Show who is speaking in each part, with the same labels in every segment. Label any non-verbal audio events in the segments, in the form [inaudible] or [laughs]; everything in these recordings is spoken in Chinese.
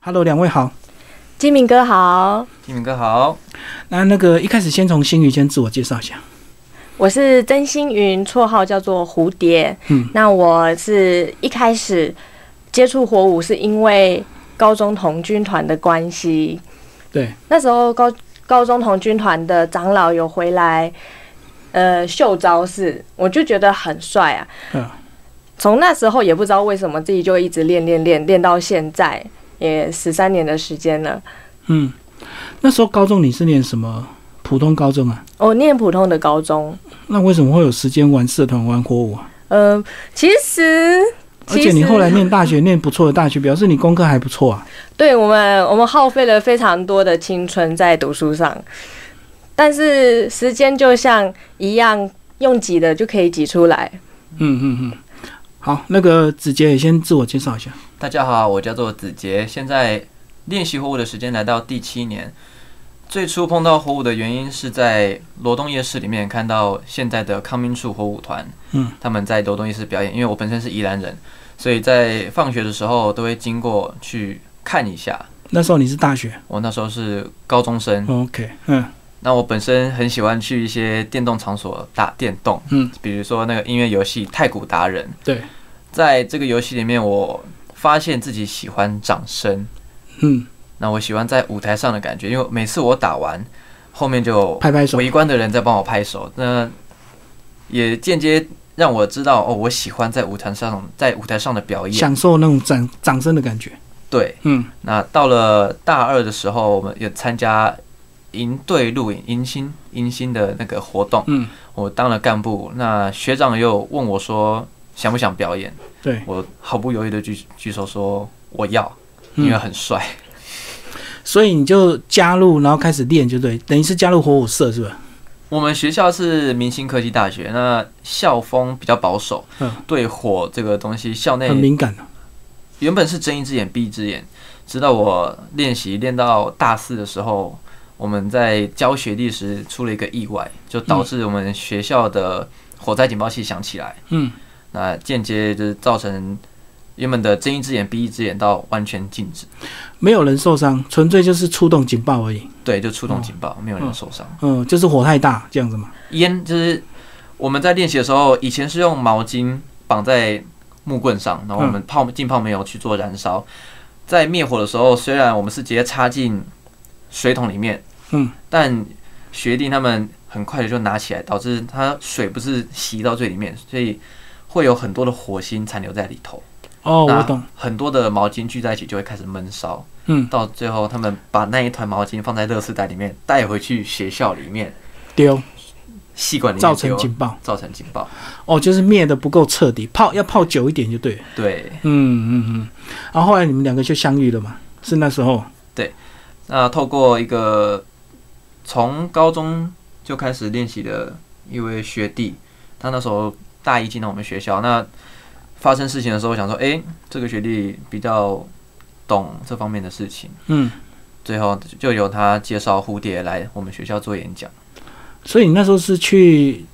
Speaker 1: Hello，两位好。
Speaker 2: 金明哥好，
Speaker 3: 金明哥好，
Speaker 1: 那那个一开始先从新宇先自我介绍一下。
Speaker 2: 我是曾星云，绰号叫做蝴蝶。
Speaker 1: 嗯，
Speaker 2: 那我是一开始接触火舞是因为高中童军团的关系。
Speaker 1: 对，
Speaker 2: 那时候高高中童军团的长老有回来，呃，秀招式，我就觉得很帅啊。
Speaker 1: 嗯，
Speaker 2: 从那时候也不知道为什么自己就一直练练练练到现在，也十三年的时间了。
Speaker 1: 嗯，那时候高中你是念什么普通高中啊？
Speaker 2: 哦我念普通的高中，
Speaker 1: 那为什么会有时间玩社团、玩火舞啊？
Speaker 2: 嗯、其实
Speaker 1: 而
Speaker 2: 其
Speaker 1: 且
Speaker 2: 实
Speaker 1: 你后来念大学，念不错的大学，表示你功课还不错啊。
Speaker 2: 对我们，我们耗费了非常多的青春在读书上，但是时间就像一样用挤的就可以挤出来。
Speaker 1: 嗯嗯嗯。好，那个子杰也先自我介绍一下。
Speaker 3: 大家好，我叫做子杰，现在练习火舞的时间来到第七年。最初碰到火舞的原因是在罗东夜市里面看到现在的康明树火舞团，
Speaker 1: 嗯，
Speaker 3: 他们在罗东夜市表演，因为我本身是宜兰人，所以在放学的时候都会经过去看一下。
Speaker 1: 那时候你是大学
Speaker 3: 我那时候是高中生，
Speaker 1: ，OK，嗯
Speaker 3: 那我本身很喜欢去一些电动场所打电动，
Speaker 1: 嗯，
Speaker 3: 比如说那个音乐游戏《太鼓达人》。
Speaker 1: 对，
Speaker 3: 在这个游戏里面，我发现自己喜欢掌声，
Speaker 1: 嗯，
Speaker 3: 那我喜欢在舞台上的感觉，因为每次我打完，后面就
Speaker 1: 拍拍手，
Speaker 3: 围观的人在帮我拍手，那也间接让我知道哦，我喜欢在舞台上在舞台上的表演。
Speaker 1: 享受那种掌掌声的感觉。
Speaker 3: 对，
Speaker 1: 嗯
Speaker 3: 那到了大二的时候，我们也参加营队录影迎新迎新的那个活动，
Speaker 1: 嗯，
Speaker 3: 我当了干部。那学长又问我说想不想表演，
Speaker 1: 对，
Speaker 3: 我毫不犹豫的举举手说我要，因为
Speaker 1: 嗯，
Speaker 3: 很帅。
Speaker 1: 所以你就加入，然后开始练，就对，等于是加入火舞社，是吧？
Speaker 3: 我们学校是明星科技大学，那校风比较保守，
Speaker 1: 嗯
Speaker 3: 对火这个东西，校内
Speaker 1: 很敏感的、
Speaker 3: 原本是睁一只眼闭一只眼，直到我练习练到大四的时候，我们在教学历时出了一个意外，就导致我们学校的火灾警报器响起来，
Speaker 1: 嗯，
Speaker 3: 那间接就是造成原本的睁一只眼闭一只眼到完全静止，
Speaker 1: 没有人受伤，纯粹就是触动警报而已。
Speaker 3: 对，就触动警报，没有人受伤。
Speaker 1: 嗯，就是火太大这样子嘛。
Speaker 3: 烟就是我们在练习的时候，以前是用毛巾绑在木棍上，然后我
Speaker 1: 嗯
Speaker 3: 们泡浸泡煤油去做燃烧。在灭火的时候，虽然我们是直接插进水桶里面，
Speaker 1: 嗯，
Speaker 3: 但学弟他们很快的就拿起来，导致它水不是吸到最里面，所以会有很多的火星残留在里头。
Speaker 1: 哦，
Speaker 3: 那
Speaker 1: 我懂。
Speaker 3: 很多的毛巾聚在一起就会开始闷烧，
Speaker 1: 嗯，
Speaker 3: 到最后他们把那一团毛巾放在垃圾袋里面，带回去学校里面
Speaker 1: 丢
Speaker 3: 细管里面
Speaker 1: 哦造成
Speaker 3: 丢
Speaker 1: 警报。
Speaker 3: 造成警报。
Speaker 1: 哦，就是灭的不够彻底，泡要泡久一点就对了。
Speaker 3: 对，
Speaker 1: 嗯嗯嗯。然后后来你们两个就相遇了嘛？是那时候。
Speaker 3: 那透过一个从高中就开始练习的一位学弟，他那时候大一进到我们学校，那发生事情的时候，我想说，诶，这个学弟比较懂这方面的事情，
Speaker 1: 嗯，
Speaker 3: 最后就由他介绍蝴蝶来我们学校做演讲。
Speaker 1: 所以你那时候是去，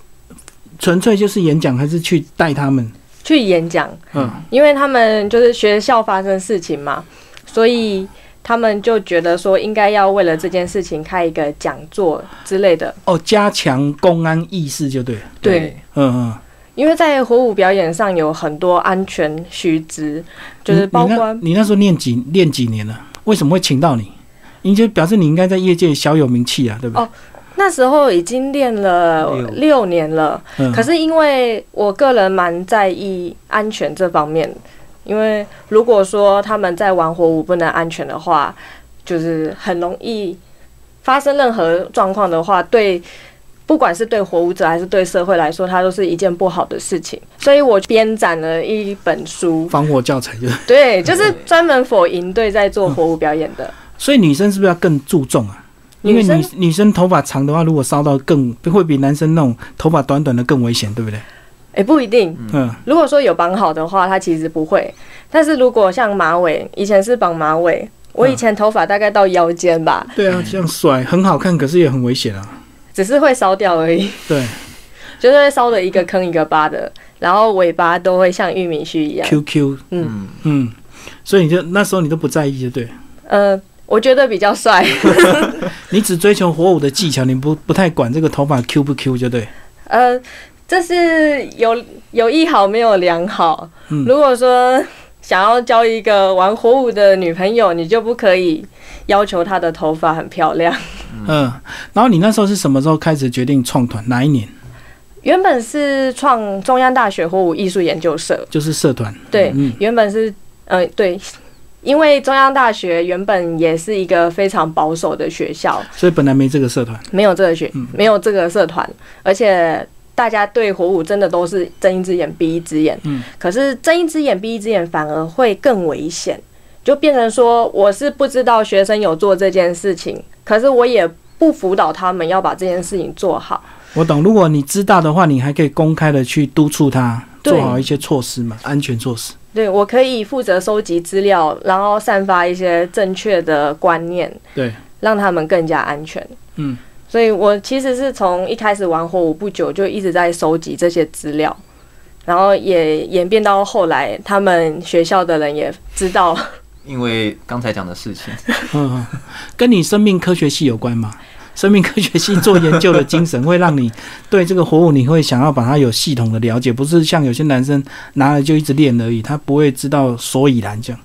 Speaker 1: 纯粹就是演讲，还是去带他们？
Speaker 2: 去演讲，
Speaker 1: 嗯
Speaker 2: 因为他们就是学校发生事情嘛，所以他们就觉得说应该要为了这件事情开一个讲座之类的。
Speaker 1: 哦，加强公安意识就对了。
Speaker 2: 对，
Speaker 1: 嗯嗯，
Speaker 2: 因为在火舞表演上有很多安全须知，就是包
Speaker 1: 嗯你你那
Speaker 2: 括
Speaker 1: 你那时候练几练几年了？为什么会请到你？你就表示你应该在业界小有名气啊，对不对？
Speaker 2: 哦那时候已经练了
Speaker 3: 六
Speaker 2: 六年了。
Speaker 1: 嗯
Speaker 2: 可是因为我个人蛮在意安全这方面，因为如果说他们在玩火舞不能安全的话，就是很容易发生任何状况的话，对不管是对火舞者还是对社会来说，它都是一件不好的事情。所以我编展了一本书，
Speaker 1: 防火教材就是。
Speaker 2: 对，就是专门否营队在做火舞表演的。
Speaker 1: 所以女生是不是要更注重啊？因为
Speaker 2: 女生
Speaker 1: 女女生头发长的话，如果烧到更会比男生那种头发短短的更危险，对不对？
Speaker 2: 诶，不一定，
Speaker 1: 嗯，
Speaker 2: 如果说有绑好的话，它其实不会。但是如果像马尾，以前是绑马尾，我以前头发大概到腰间吧，
Speaker 1: 对啊，这样甩很好看，可是也很危险啊。
Speaker 2: 只是会烧掉而已， [laughs]
Speaker 1: 对
Speaker 2: 就是会烧的一个坑一个疤的，然后尾巴都会像玉米须一样。
Speaker 1: ，QQ，
Speaker 2: 嗯
Speaker 3: 嗯，
Speaker 1: 嗯，所以你就那时候你都不在意，就对了，
Speaker 2: 呃，我觉得比较帅， [laughs]
Speaker 1: 你只追求火舞的技巧，你不不太管这个头发 Q 不 Q 就对。
Speaker 2: 呃，这是有有一好没有两好。
Speaker 1: 嗯
Speaker 2: 如果说想要交一个玩火舞的女朋友，你就不可以要求她的头发很漂亮。
Speaker 1: 嗯，然后你那时候是什么时候开始决定创团？哪一年？
Speaker 2: 原本是创中央大学火舞艺术研究社，
Speaker 1: 就是社团。
Speaker 2: 对，
Speaker 1: 嗯
Speaker 2: 原本是呃对，因为中央大学原本也是一个非常保守的学校，
Speaker 1: 所以本来没这个社团。
Speaker 2: 没有这个学，
Speaker 1: 嗯
Speaker 2: 没有这个社团，而且大家对火舞真的都是睁一只眼闭一只眼。
Speaker 1: 嗯，
Speaker 2: 可是睁一只眼闭一只眼反而会更危险，就变成说我是不知道学生有做这件事情，可是我也不辅导他们要把这件事情做好。
Speaker 1: 我懂。如果你知道的话，你还可以公开的去督促他
Speaker 2: 对
Speaker 1: 做好一些措施嘛，安全措施。
Speaker 2: 对，我可以负责收集资料，然后散发一些正确的观念，
Speaker 1: 对，
Speaker 2: 让他们更加安全。
Speaker 1: 嗯，
Speaker 2: 所以我其实是从一开始玩火舞不久就一直在收集这些资料，然后也演变到后来，他们学校的人也知道，
Speaker 3: 因为刚才讲的事情，
Speaker 1: 嗯，嗯跟你生命科学系有关吗？生命科学系做研究的精神，会让你对这个火舞，你会想要把它有系统的了解，不是像有些男生拿来就一直练而已，他不会知道所以然这样。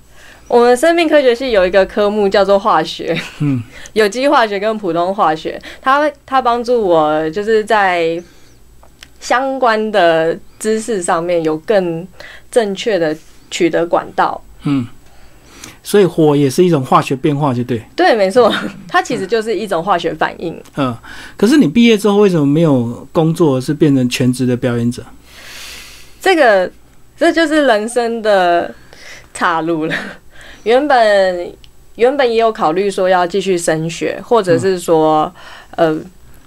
Speaker 2: 我们生命科学系有一个科目叫做化学，
Speaker 1: 嗯，
Speaker 2: [laughs] 有机化学跟普通化学，它它帮助我就是在相关的知识上面有更正确的取得管道。
Speaker 1: 嗯，所以火也是一种化学变化，就对。
Speaker 2: 对，没错，它其实就是一种化学反应。
Speaker 1: 嗯，可是你毕业之后为什么没有工作，是变成全职的表演者？
Speaker 2: 这个这就是人生的岔路了。 [laughs] 原本原本也有考虑说要继续升学，或者是说、呃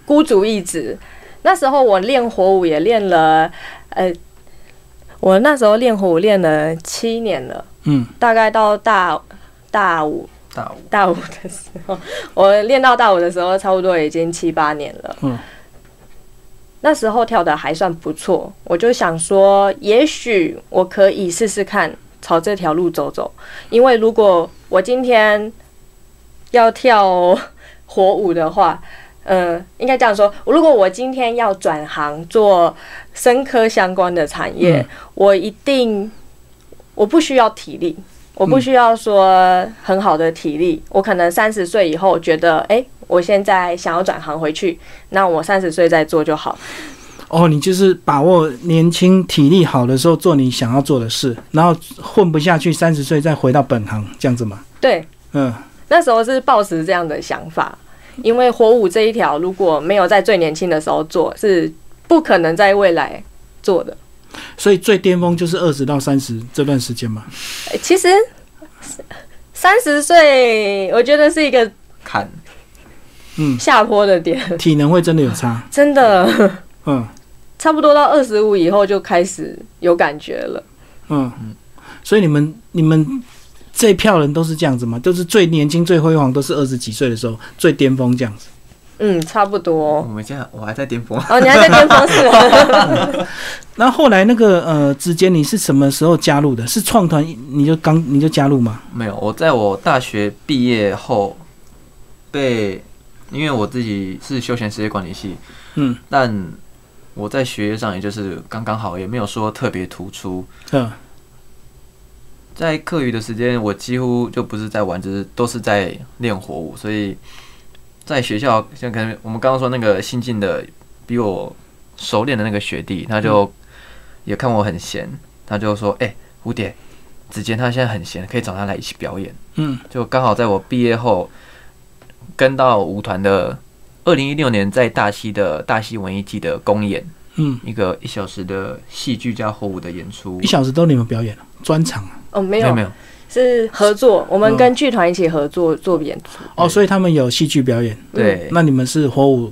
Speaker 2: 孤注一掷。那时候我练火舞也练了，呃，我那时候练火舞练了七年了，
Speaker 1: 嗯，
Speaker 2: 大概到大大五
Speaker 3: 大五
Speaker 2: 大五的时候，我练到大五的时候，差不多已经七八年了。
Speaker 1: 嗯，
Speaker 2: 那时候跳的还算不错，我就想说，也许我可以试试看，朝这条路走走。因为如果我今天要跳火舞的话，嗯，应该这样说，如果我今天要转行做生科相关的产业，
Speaker 1: 嗯
Speaker 2: 我一定我不需要体力，我不需要说很好的体力，我可能三十岁以后觉得，哎、我现在想要转行回去，那我三十岁再做就好。
Speaker 1: 哦，你就是把握年轻体力好的时候做你想要做的事，然后混不下去，三十岁再回到本行这样子嘛？
Speaker 2: 对，
Speaker 1: 嗯，
Speaker 2: 那时候是抱持这样的想法，因为火舞这一条如果没有在最年轻的时候做，是不可能在未来做的。
Speaker 1: 所以最巅峰就是二十到三十这段时间嘛。
Speaker 2: 诶其实三十岁，我觉得是一个
Speaker 3: 看
Speaker 1: 嗯，
Speaker 2: 下坡的点， [laughs]
Speaker 1: 体能会真的有差。
Speaker 2: 真的。
Speaker 1: 嗯
Speaker 2: 差不多到二十五以后就开始有感觉了。
Speaker 1: 嗯，所以你们你们这票人都是这样子嘛？就是最年轻最辉煌都是二十几岁的时候最巅峰这样子。
Speaker 2: 嗯，差不
Speaker 3: 我
Speaker 2: 多。
Speaker 3: 们现在我还在巅峰，
Speaker 2: 哦，你还在巅峰是吗？
Speaker 1: 那后来那个呃，之间你是什么时候加入的？是创团你就刚你就加入吗？
Speaker 3: 没有，我在我大学毕业后被，因为我自己是休闲职业管理系，
Speaker 1: 嗯，
Speaker 3: 但我在学业上也就是刚刚好，也没有说特别突出。
Speaker 1: 嗯
Speaker 3: 在课余的时间，我几乎就不是在玩，就是都是在练火舞，所以在学校，像可能我们刚刚说那个新进的比我熟练的那个学弟，他就也看我很闲，他就说：“哎、蝴蝶，子健他现在很闲，可以找他来一起表演。”
Speaker 1: 嗯
Speaker 3: 就刚好在我毕业后跟到舞团的二零一六年在大溪的大溪文艺季的公演，
Speaker 1: 嗯，
Speaker 3: 一个一小时的戏剧加火舞的演出
Speaker 1: 一。小时都你们表演了专场啊
Speaker 2: 哦，没
Speaker 3: 有
Speaker 2: 有
Speaker 3: 没，有，
Speaker 2: 是合作。我们
Speaker 1: 嗯
Speaker 2: 跟剧团一起合作做嗯演出。
Speaker 1: 哦，
Speaker 3: 对
Speaker 1: 所以他们有戏剧表演，
Speaker 3: 对，
Speaker 1: 那你们是火舞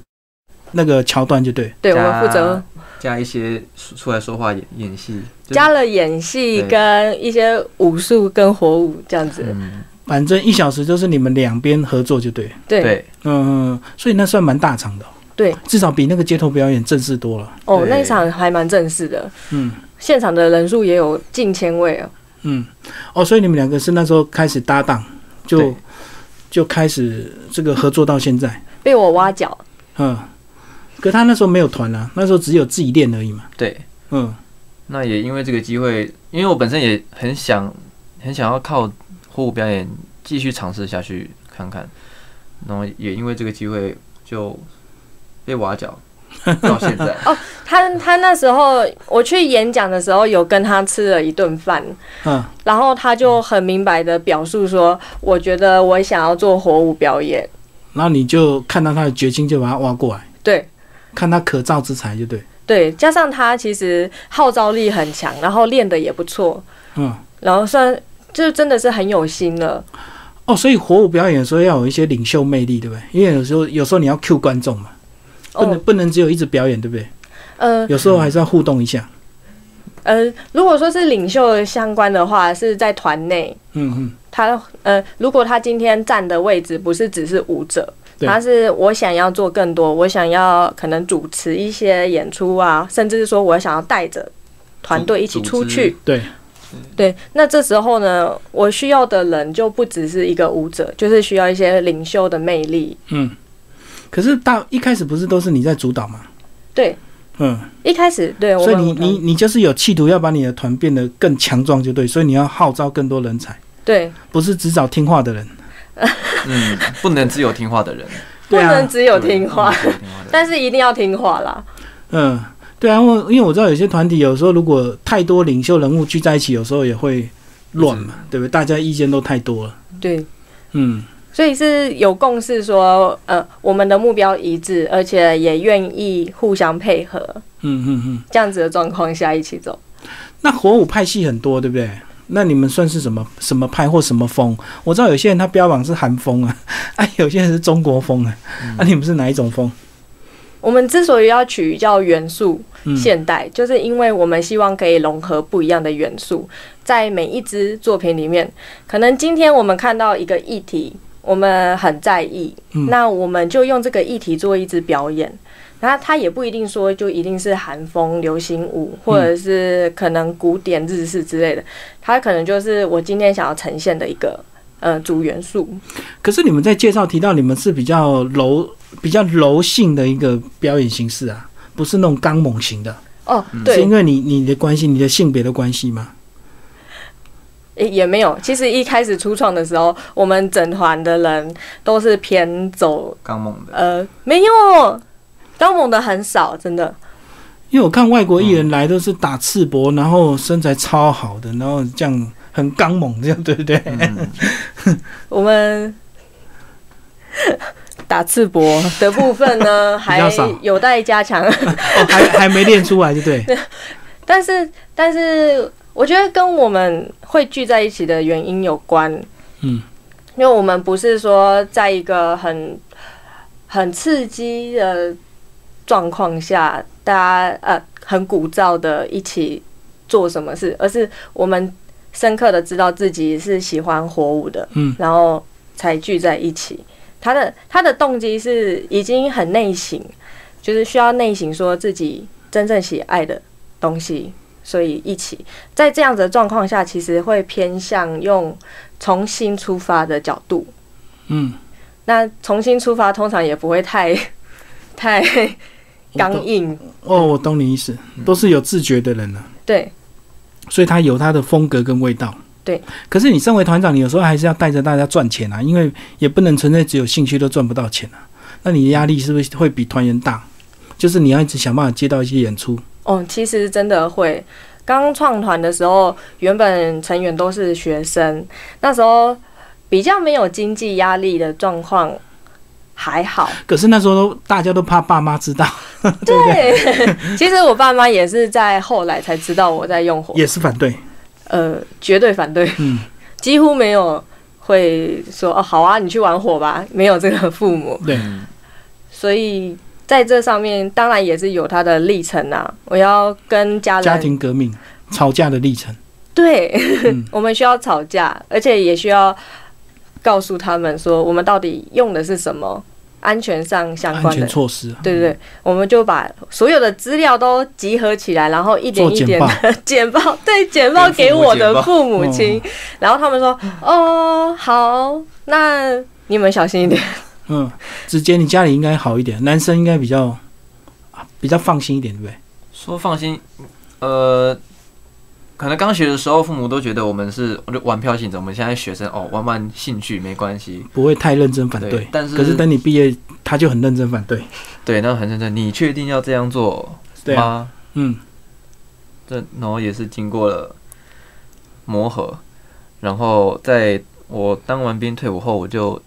Speaker 1: 那个桥段就对，
Speaker 2: 对，我
Speaker 3: 加
Speaker 2: 们负责
Speaker 3: 加一些出出来说话演演戏，就是
Speaker 2: 加了演戏
Speaker 3: 对
Speaker 2: 跟一些武术跟火舞这样子。
Speaker 3: 嗯，
Speaker 1: 反正一小时就是你们两边合作就对，
Speaker 2: 对，
Speaker 3: 对，
Speaker 1: 嗯、所以那算蛮大场的哦、
Speaker 2: 对
Speaker 1: 至少比那个街头表演正式多了，
Speaker 2: 哦，
Speaker 3: 对
Speaker 2: 那一场还蛮正式的，
Speaker 1: 嗯
Speaker 2: 现场的人数也有近千位哦。
Speaker 1: 嗯，哦，所以你们两个是那时候开始搭档，就
Speaker 3: 对
Speaker 1: 就开始这个合作到现在。
Speaker 2: 被我挖角，
Speaker 1: 嗯，可他那时候没有团啊，那时候只有自己练而已嘛。
Speaker 3: 对，
Speaker 1: 嗯，
Speaker 3: 那也因为这个机会，因为我本身也很想很想要靠火舞表演继续尝试下去看看，然后也因为这个机会就被挖角到现在。
Speaker 2: 他他那时候我去演讲的时候，有跟他吃了一顿饭，
Speaker 1: 嗯，
Speaker 2: 然后他就很明白的表述说，我觉得我想要做火舞表演，
Speaker 1: 然后你就看到他的决心，就把他挖过来，
Speaker 2: 对
Speaker 1: 看他可造之才，就对。
Speaker 2: 对，加上他其实号召力很强，然后练的也不错，
Speaker 1: 嗯，
Speaker 2: 然后算就真的是很有心了，
Speaker 1: 哦，所以火舞表演的时候要有一些领袖魅力，对不对？因为有时候有时候你要 Q 观众嘛，不能、
Speaker 2: 哦，
Speaker 1: 不能只有一直表演，对不对？
Speaker 2: 呃
Speaker 1: 有时候还是要互动一下。
Speaker 2: 呃，如果说是领袖相关的话，是在团内。
Speaker 1: 嗯嗯，
Speaker 2: 他呃，如果他今天站的位置不是只是舞者，
Speaker 1: 对
Speaker 2: 他是我想要做更多，我想要可能主持一些演出啊，甚至是说我想要带着团队一起
Speaker 3: 组
Speaker 2: 出
Speaker 3: 织
Speaker 2: 去。
Speaker 1: 对，
Speaker 2: 对，那这时候呢，我需要的人就不只是一个舞者，就是需要一些领袖的魅力。
Speaker 1: 嗯。可是大一开始不是都是你在主导嘛？
Speaker 2: 对，
Speaker 1: 嗯，
Speaker 2: 一开始对，我
Speaker 1: 所以
Speaker 2: 们
Speaker 1: 你你你就是有企图要把你的团变得更强壮，就对。所以你要号召更多人才，
Speaker 2: 对，
Speaker 1: 不是只找听话的人。
Speaker 3: 嗯，不能只有听话的人，
Speaker 2: 不
Speaker 1: 对啊
Speaker 2: 能只有听话，
Speaker 3: 对不能只有听话的人
Speaker 2: 但是一定要听话啦。
Speaker 1: 嗯，对啊，我因为我知道有些团体有时候如果太多领袖人物聚在一起，有时候也会乱嘛，对不对？大家意见都太多了。
Speaker 2: 对，
Speaker 1: 嗯，
Speaker 2: 所以是有共识说，呃，我们的目标一致，而且也愿意互相配合，
Speaker 1: 嗯嗯嗯。
Speaker 2: 这样子的状况下一起走。
Speaker 1: 那火舞派系很多，对不对？那你们算是什么什么派或什么风？我知道有些人他标榜是韩风啊， [laughs] 啊，有些人是中国风啊，
Speaker 2: 嗯
Speaker 1: 啊，你们是哪一种风？
Speaker 2: 我们之所以要取叫元素
Speaker 1: 嗯，
Speaker 2: 现代，就是因为我们希望可以融合不一样的元素，在每一支作品里面，可能今天我们看到一个议题，我们很在意，
Speaker 1: 嗯
Speaker 2: 那我们就用这个议题做一支表演。然后它也不一定说就一定是韩风、流行舞，或者是可能古典、日式之类的，它可能就是我今天想要呈现的一个呃主元素。
Speaker 1: 嗯可是你们在介绍提到你们是比较柔、比较柔性的一个表演形式啊，不是那种刚猛型的，
Speaker 2: 哦，
Speaker 1: 是
Speaker 2: 对
Speaker 1: 因，为你你的关系、你的性别的关系吗？
Speaker 2: 也也没有。其实一开始初创的时候，我们整团的人都是偏走
Speaker 3: 刚猛的，
Speaker 2: 呃，没有，刚猛的很少，真的。
Speaker 1: 因为我看外国艺人来都是打赤膊，然后身材超好的，然后这样很刚猛，这样对不对？
Speaker 3: 嗯，
Speaker 2: 我们 [laughs] 打赤膊的部分
Speaker 1: [laughs]
Speaker 2: 呢，还
Speaker 1: 较少
Speaker 2: 有待加强。
Speaker 1: 哦，还还没练出来，对不对？
Speaker 2: 但是，但是我觉得跟我们会聚在一起的原因有关。
Speaker 1: 嗯，
Speaker 2: 因为我们不是说在一个很很刺激的状况下，大家呃很鼓噪的一起做什么事，而是我们深刻的知道自己是喜欢火舞的，
Speaker 1: 嗯，
Speaker 2: 然后才聚在一起。他的他的动机是已经很内省，就是需要内省说自己真正喜爱的东西，所以一起在这样子的状况下，其实会偏向用重新出发的角度。
Speaker 1: 嗯，
Speaker 2: 那重新出发通常也不会太 [laughs] 太
Speaker 1: 我懂
Speaker 2: 刚硬，
Speaker 1: 哦，我懂你意思，都是有自觉的人啊了、
Speaker 2: 对
Speaker 1: 所以他有他的风格跟味道。
Speaker 2: 对，
Speaker 1: 可是你身为团长，你有时候还是要带着大家赚钱啊，因为也不能纯粹只有兴趣都赚不到钱啊。那你的压力是不是会比团员大？就是你要一直想办法接到一些演出。
Speaker 2: 哦，其实真的会。刚创团的时候，原本成员都是学生，那时候比较没有经济压力的状况还好。
Speaker 1: 可是那时候大家都怕爸妈知道， [laughs] 对不对？
Speaker 2: 对， [laughs] 其实我爸妈也是在后来才知道我在用火，
Speaker 1: 也是反对。
Speaker 2: 呃，绝对反对，
Speaker 1: 嗯
Speaker 2: [laughs] 几乎没有会说哦，好啊，你去玩火吧， [laughs] 没有这个父母，
Speaker 1: 对
Speaker 3: 嗯
Speaker 2: 所以在这上面当然也是有他的历程啊。我要跟家人
Speaker 1: 家庭革命、吵架的历程。
Speaker 2: 对，
Speaker 1: 嗯
Speaker 2: [laughs] 我们需要吵架，而且也需要告诉他们说我们到底用的是什么，安全上相
Speaker 1: 安
Speaker 2: 关
Speaker 1: 全
Speaker 2: 的。
Speaker 1: 措施啊，
Speaker 2: 对对，对我们就把所有的资料都集合起来，然后一点
Speaker 1: 做
Speaker 2: 一
Speaker 1: 简
Speaker 2: 点
Speaker 1: 报。
Speaker 2: 简报，对，简报给我的父母亲
Speaker 1: 嗯，
Speaker 2: 然后他们说，哦，好，那你们小心一点。
Speaker 1: 嗯，直接你家里应该好一点，男生应该比较啊比较放心一点，对不对？
Speaker 3: 说放心，呃，可能刚学的时候，父母都觉得我们是玩票性质，我们现在学生哦，玩玩兴趣没关系。
Speaker 1: 不会太认真反嗯对
Speaker 3: 对。但是
Speaker 1: 可是等你毕业，他就很认真反对。
Speaker 3: 对，那很认真，你确定要这样做
Speaker 1: 对啊，
Speaker 3: 吗？
Speaker 1: 嗯，
Speaker 3: 这然后也是经过了磨合，然后在我当完兵退伍后，我就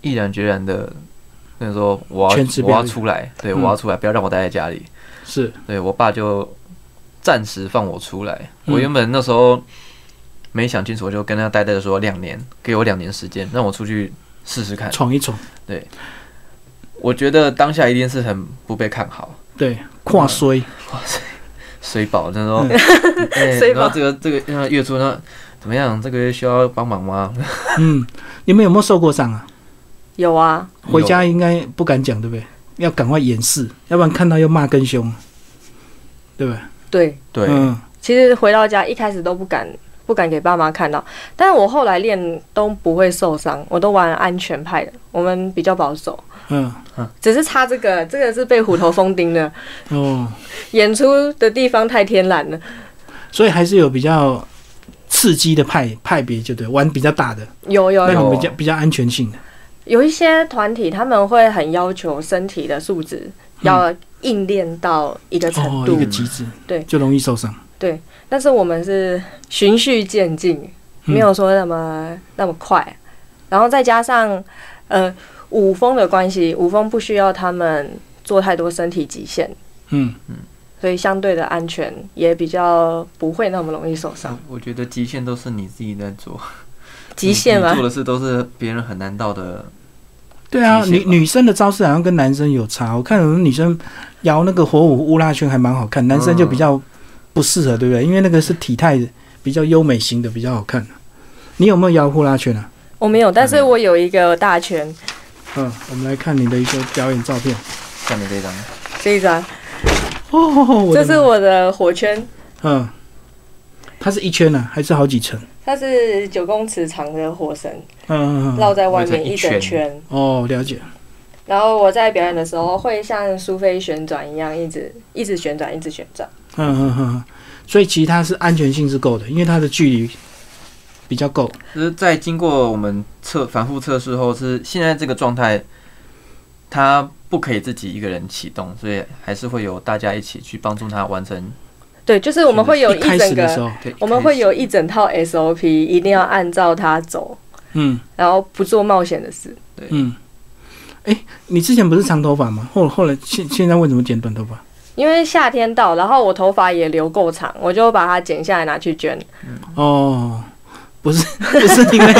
Speaker 3: 毅然决然的跟你说，我要
Speaker 1: 全职
Speaker 3: 我要
Speaker 1: 表演
Speaker 3: 出来，对
Speaker 1: 嗯
Speaker 3: 我要出来，不要让我待在家里。
Speaker 1: 是
Speaker 3: 对我爸就暂时放我出来。
Speaker 1: 嗯
Speaker 3: 我原本那时候没想清楚，我就跟他呆呆的说两年，给我两年时间，让我出去试试看。
Speaker 1: 闯一闯，
Speaker 2: 嗯
Speaker 3: 我觉得当下一定是很不被看好，
Speaker 1: 对，跨衰，
Speaker 3: 水饱那时
Speaker 1: 嗯
Speaker 3: 候， [laughs] 哎
Speaker 2: 水饱
Speaker 3: 然后这个这个呃月初呢怎么样？这个月需要帮忙吗？
Speaker 1: 嗯，你们有没有受过伤啊？
Speaker 2: 有啊，
Speaker 1: [laughs] 回家应该不敢讲，对不对？要赶快掩饰，要不然看到又骂更凶，啊对不对？
Speaker 2: 对，
Speaker 3: 对，
Speaker 1: 嗯，
Speaker 2: 其实回到家一开始都不敢不敢给爸妈看到，但是我后来练都不会受伤，我都玩安全派的，我们比较保守，
Speaker 1: 嗯，
Speaker 2: 只是差这个，这个是被虎头蜂叮的，
Speaker 1: 哦，
Speaker 2: 演出的地方太天然了，
Speaker 1: 所以还是有比较刺激的派派别，就对，玩比较大的，
Speaker 2: 有有
Speaker 1: 那
Speaker 2: 有
Speaker 1: 种比较比较安全性的，
Speaker 2: 有一些团体他们会很要求身体的素质要硬练到一个程
Speaker 1: 哦，
Speaker 2: 度，
Speaker 1: 一个极致，
Speaker 2: 对
Speaker 1: 就容易受伤，
Speaker 2: 但是我们是循序渐进，
Speaker 1: 嗯
Speaker 2: 没有说那么、那么快。然后再加上呃舞风的关系，舞风不需要他们做太多身体极限，
Speaker 1: 嗯，
Speaker 2: 所以相对的安全也比较不会那么容易受伤。
Speaker 1: 嗯
Speaker 3: 我我觉得极限都是你自己在做，
Speaker 2: 极限
Speaker 3: 你
Speaker 2: 吗
Speaker 1: 嗯
Speaker 3: 你？做的事都是别人很难到的。
Speaker 1: 对啊，
Speaker 3: 极
Speaker 1: 女
Speaker 3: 限吧
Speaker 1: 女生的招式好像跟男生有差，我看有的女生摇那个火舞乌拉圈还蛮好看，男生就比较不适合，对不对？因为那个是体态比较优美型的比较好看。你有没有摇呼啦圈啊？
Speaker 2: 我没有，但是我有一个大圈，
Speaker 1: 嗯，我们来看你的一些表演照片。
Speaker 3: 像你这张，
Speaker 2: 这一张，
Speaker 1: 哦，我的
Speaker 2: 这是
Speaker 1: 妈
Speaker 2: 我的火圈，
Speaker 1: 嗯，它是一圈呢、还是好几层？
Speaker 2: 它是九公尺长的火绳，
Speaker 1: 嗯嗯嗯。
Speaker 2: 绕在外面
Speaker 3: 围成一
Speaker 2: 一整
Speaker 3: 圈
Speaker 2: 圈。
Speaker 1: 哦，了解。
Speaker 2: 然后我在表演的时候会像苏菲旋转一样，一直一直旋转，一直旋转。
Speaker 1: 嗯嗯嗯嗯。所以其实它是安全性是够的，因为它的距离比较够。
Speaker 3: 就是在经过我们测反复测试后，是现在这个状态，他不可以自己一个人启动，所以还是会有大家一起去帮助他完成。
Speaker 2: 对，就是我们会有
Speaker 1: 一开
Speaker 2: 整
Speaker 1: 始的时
Speaker 2: 个，
Speaker 1: 候，
Speaker 3: 对
Speaker 2: 我们会有一整套 SOP，一定要按照它走，
Speaker 1: 嗯
Speaker 2: 然后不做冒险的事。
Speaker 1: 嗯。哎、你之前不是长头发吗？后后来现现在为什么剪短头发？
Speaker 2: 因为夏天到，然后我头发也留够长，我就把它剪下来拿去捐。
Speaker 1: 哦，不 [laughs] 是不是因为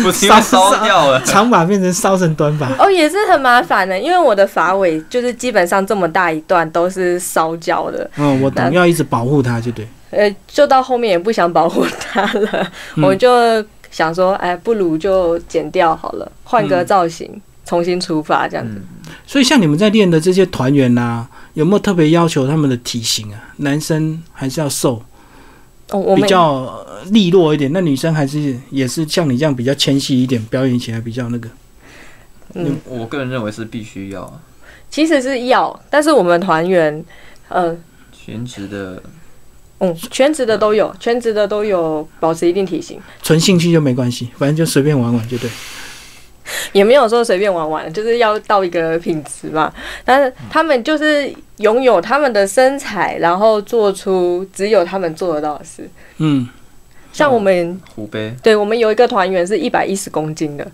Speaker 3: 不是因为烧掉了，
Speaker 1: 长发变成烧成短发。
Speaker 2: 哦，也是很麻烦的，因为我的发尾就是基本上这么大一段都是烧焦的，
Speaker 1: 嗯，我懂，
Speaker 2: 那
Speaker 1: 要一直保护它就对。
Speaker 2: 呃，就到后面也不想保护它了，
Speaker 1: 嗯
Speaker 2: [laughs] 我就想说，哎，不如就剪掉好了，换个
Speaker 1: 嗯
Speaker 2: 造型，重新出发这样子。
Speaker 3: [laughs] 嗯，
Speaker 1: 所以像你们在练的这些团员呐、有没有特别要求他们的体型啊？男生还是要瘦，
Speaker 2: 哦，我
Speaker 1: 比
Speaker 2: 们
Speaker 1: 较呃利落一点；那女生还是也是像你这样比较纤细一点，表演起来比较那个。
Speaker 2: 嗯，
Speaker 3: 我个人认为是必须要
Speaker 2: 其实是要，但是我们团员，呃，
Speaker 3: 全职的，
Speaker 2: 嗯，全职的都有，全职的都有保持一定体型，
Speaker 1: 纯兴趣就没关系，反正就随便玩玩就对。
Speaker 2: 也没有说随便玩玩，就是要到一个品质嘛。但
Speaker 1: 嗯
Speaker 2: 是他们就是拥有他们的身材，然后做出只有他们做得到的事。
Speaker 1: 嗯，
Speaker 2: 像我们，
Speaker 3: 湖北，
Speaker 2: 对我们有一个团员是一百一十公斤的，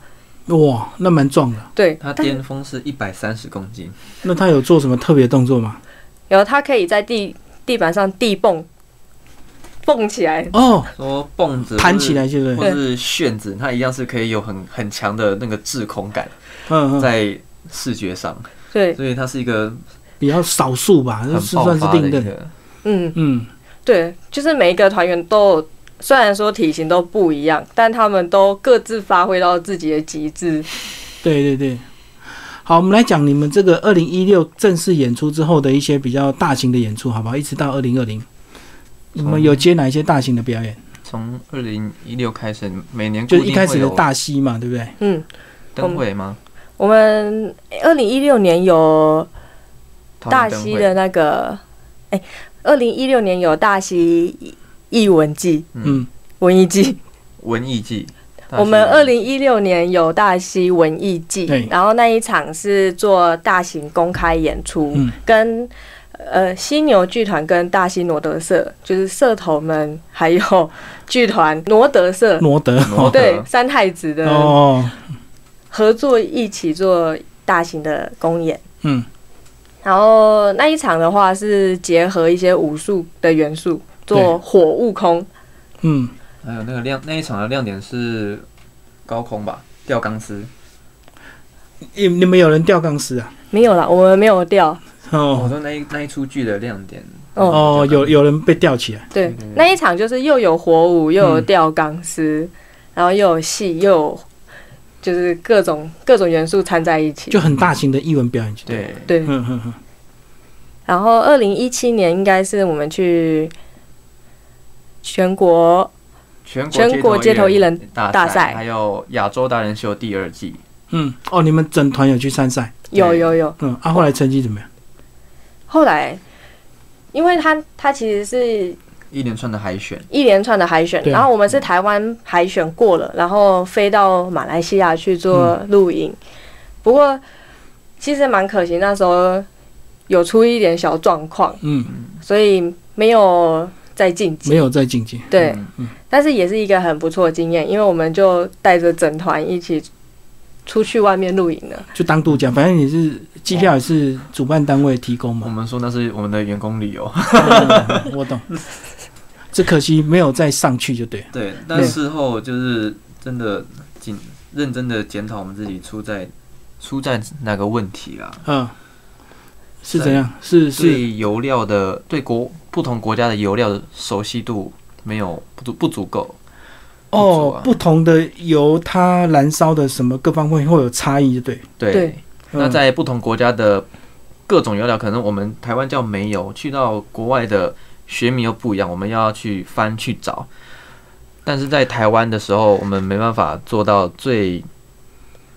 Speaker 1: 哇，那蛮壮的。
Speaker 2: 对，
Speaker 3: 他
Speaker 2: 但
Speaker 3: 巅峰是一百三十公斤，
Speaker 1: 那他有做什么特别动作吗？
Speaker 2: 然后他可以在地地板上地蹦蹦起来，
Speaker 1: 哦，
Speaker 3: 说蹦子
Speaker 1: 弹起。来就对。
Speaker 3: 或
Speaker 1: 嗯
Speaker 3: 者是旋子，它一样是可以有很很强的那个滞空感
Speaker 1: 嗯，嗯
Speaker 3: 在视觉上，
Speaker 2: 对，
Speaker 3: 所以它是一个
Speaker 1: 比较少数吧，
Speaker 3: 很
Speaker 1: 是
Speaker 3: 爆
Speaker 1: 算是
Speaker 3: 发的
Speaker 1: 定
Speaker 3: 一
Speaker 1: 的。
Speaker 3: 个。
Speaker 2: 嗯，
Speaker 1: 嗯，
Speaker 2: 对，就是每一个团员都有，虽然说体型都不一样，但他们都各自发挥到自己的极致。
Speaker 1: 对对对。好，我们来讲你们这个二零一六正式演出之后的一些比较大型的演出，好不好？一直到二零二零，你
Speaker 3: 嗯
Speaker 1: 们有接哪一些大型的表演？
Speaker 3: 从二零一六开始，每年
Speaker 1: 就
Speaker 3: 固
Speaker 1: 是
Speaker 3: 定
Speaker 1: 一开始
Speaker 3: 会
Speaker 1: 的
Speaker 3: 有
Speaker 1: 大戏嘛，对不对？
Speaker 2: 嗯，
Speaker 3: 灯会吗？
Speaker 2: 我们二零一六年有
Speaker 3: 桃
Speaker 2: 大
Speaker 3: 园灯
Speaker 2: 溪
Speaker 3: 会，
Speaker 2: 的那个，哎、2二零一六年有大溪艺文季、
Speaker 1: 嗯，
Speaker 2: 文艺季，
Speaker 3: 文艺季。大
Speaker 2: 我们
Speaker 3: 溪
Speaker 2: 二零一六年有大溪文艺季
Speaker 1: 对，
Speaker 2: 然后那一场是做大型公开演出，
Speaker 1: 嗯
Speaker 2: 跟呃犀牛剧团跟大溪罗德社，就是社头们还有 [laughs] 剧团罗德社，
Speaker 1: 罗德
Speaker 3: 罗德
Speaker 2: 对三太子的
Speaker 1: 哦，
Speaker 2: 合作一起做大型的公演。
Speaker 1: 嗯，
Speaker 2: 然后那一场的话是结合一些武术的元素，
Speaker 1: 对
Speaker 2: 做火悟空，
Speaker 1: 嗯，
Speaker 3: 还有那个亮那一场的亮点是高空吧，吊钢丝。
Speaker 1: 你你们有人吊钢丝啊？
Speaker 2: 没有啦，我们没有掉。
Speaker 3: 我
Speaker 1: 哦
Speaker 3: 说那一那一出剧的亮点
Speaker 2: 哦，
Speaker 1: 哦，有有人被吊起来，
Speaker 2: 对
Speaker 3: 对，
Speaker 2: 那一场就是又有火舞，又有
Speaker 1: 嗯
Speaker 2: 吊钢丝，然后又有戏，又有就是各种各种元素掺在一起。
Speaker 1: 就很大型的艺文表演。，
Speaker 3: 对
Speaker 2: 对，
Speaker 1: 嗯嗯嗯，
Speaker 2: 然后二零一七年应该是我们去全国
Speaker 3: 全
Speaker 2: 全国街头艺人
Speaker 3: 大
Speaker 2: 大
Speaker 3: 赛，
Speaker 2: 赛
Speaker 3: 还有亚洲达人秀第二季，
Speaker 1: 嗯，哦，你们整团有去参赛？
Speaker 2: 有
Speaker 3: 对
Speaker 2: 有有，
Speaker 1: 嗯，啊，后来成绩怎么样？
Speaker 2: 后来因为他他其实是
Speaker 3: 一连串的海选，
Speaker 2: 一连串的海选，
Speaker 1: 对啊
Speaker 2: 然后我们是台湾海选过了，然后飞到马来西亚去做
Speaker 1: 嗯
Speaker 2: 录影。不过其实蛮可惜，那时候有出一点小状况，
Speaker 1: 嗯，
Speaker 2: 所以没有再晋级。
Speaker 1: 没有在晋级。
Speaker 2: 对，
Speaker 3: 嗯
Speaker 2: 但是也是一个很不错的经验，因为我们就带着整团一起出去外面露营了。
Speaker 1: 就当度假，反正也是机票也是主办单位提供
Speaker 3: 我
Speaker 1: 嘛。
Speaker 3: 们说那是我们的员工旅 [laughs] 游。
Speaker 1: 嗯我
Speaker 3: [laughs]
Speaker 1: 懂，只可惜没有再上去就对了。
Speaker 3: 对，但事后就是真的谨认真的检讨我们自己出在出在哪个问题啊？
Speaker 1: 嗯，是怎样？是是
Speaker 3: 对油料的对国不同国家的油料的熟悉度没有不足不足够，不足
Speaker 1: 哦
Speaker 3: 啊，
Speaker 1: 不同的油它燃烧的什么各方面会有差异，就对。
Speaker 3: 对。
Speaker 2: 对
Speaker 1: 嗯
Speaker 3: 那在不同国家的各种油料，可能我们台湾叫煤油，去到国外的学名又不一样，我们要去翻去找。但是在台湾的时候，我们没办法做到最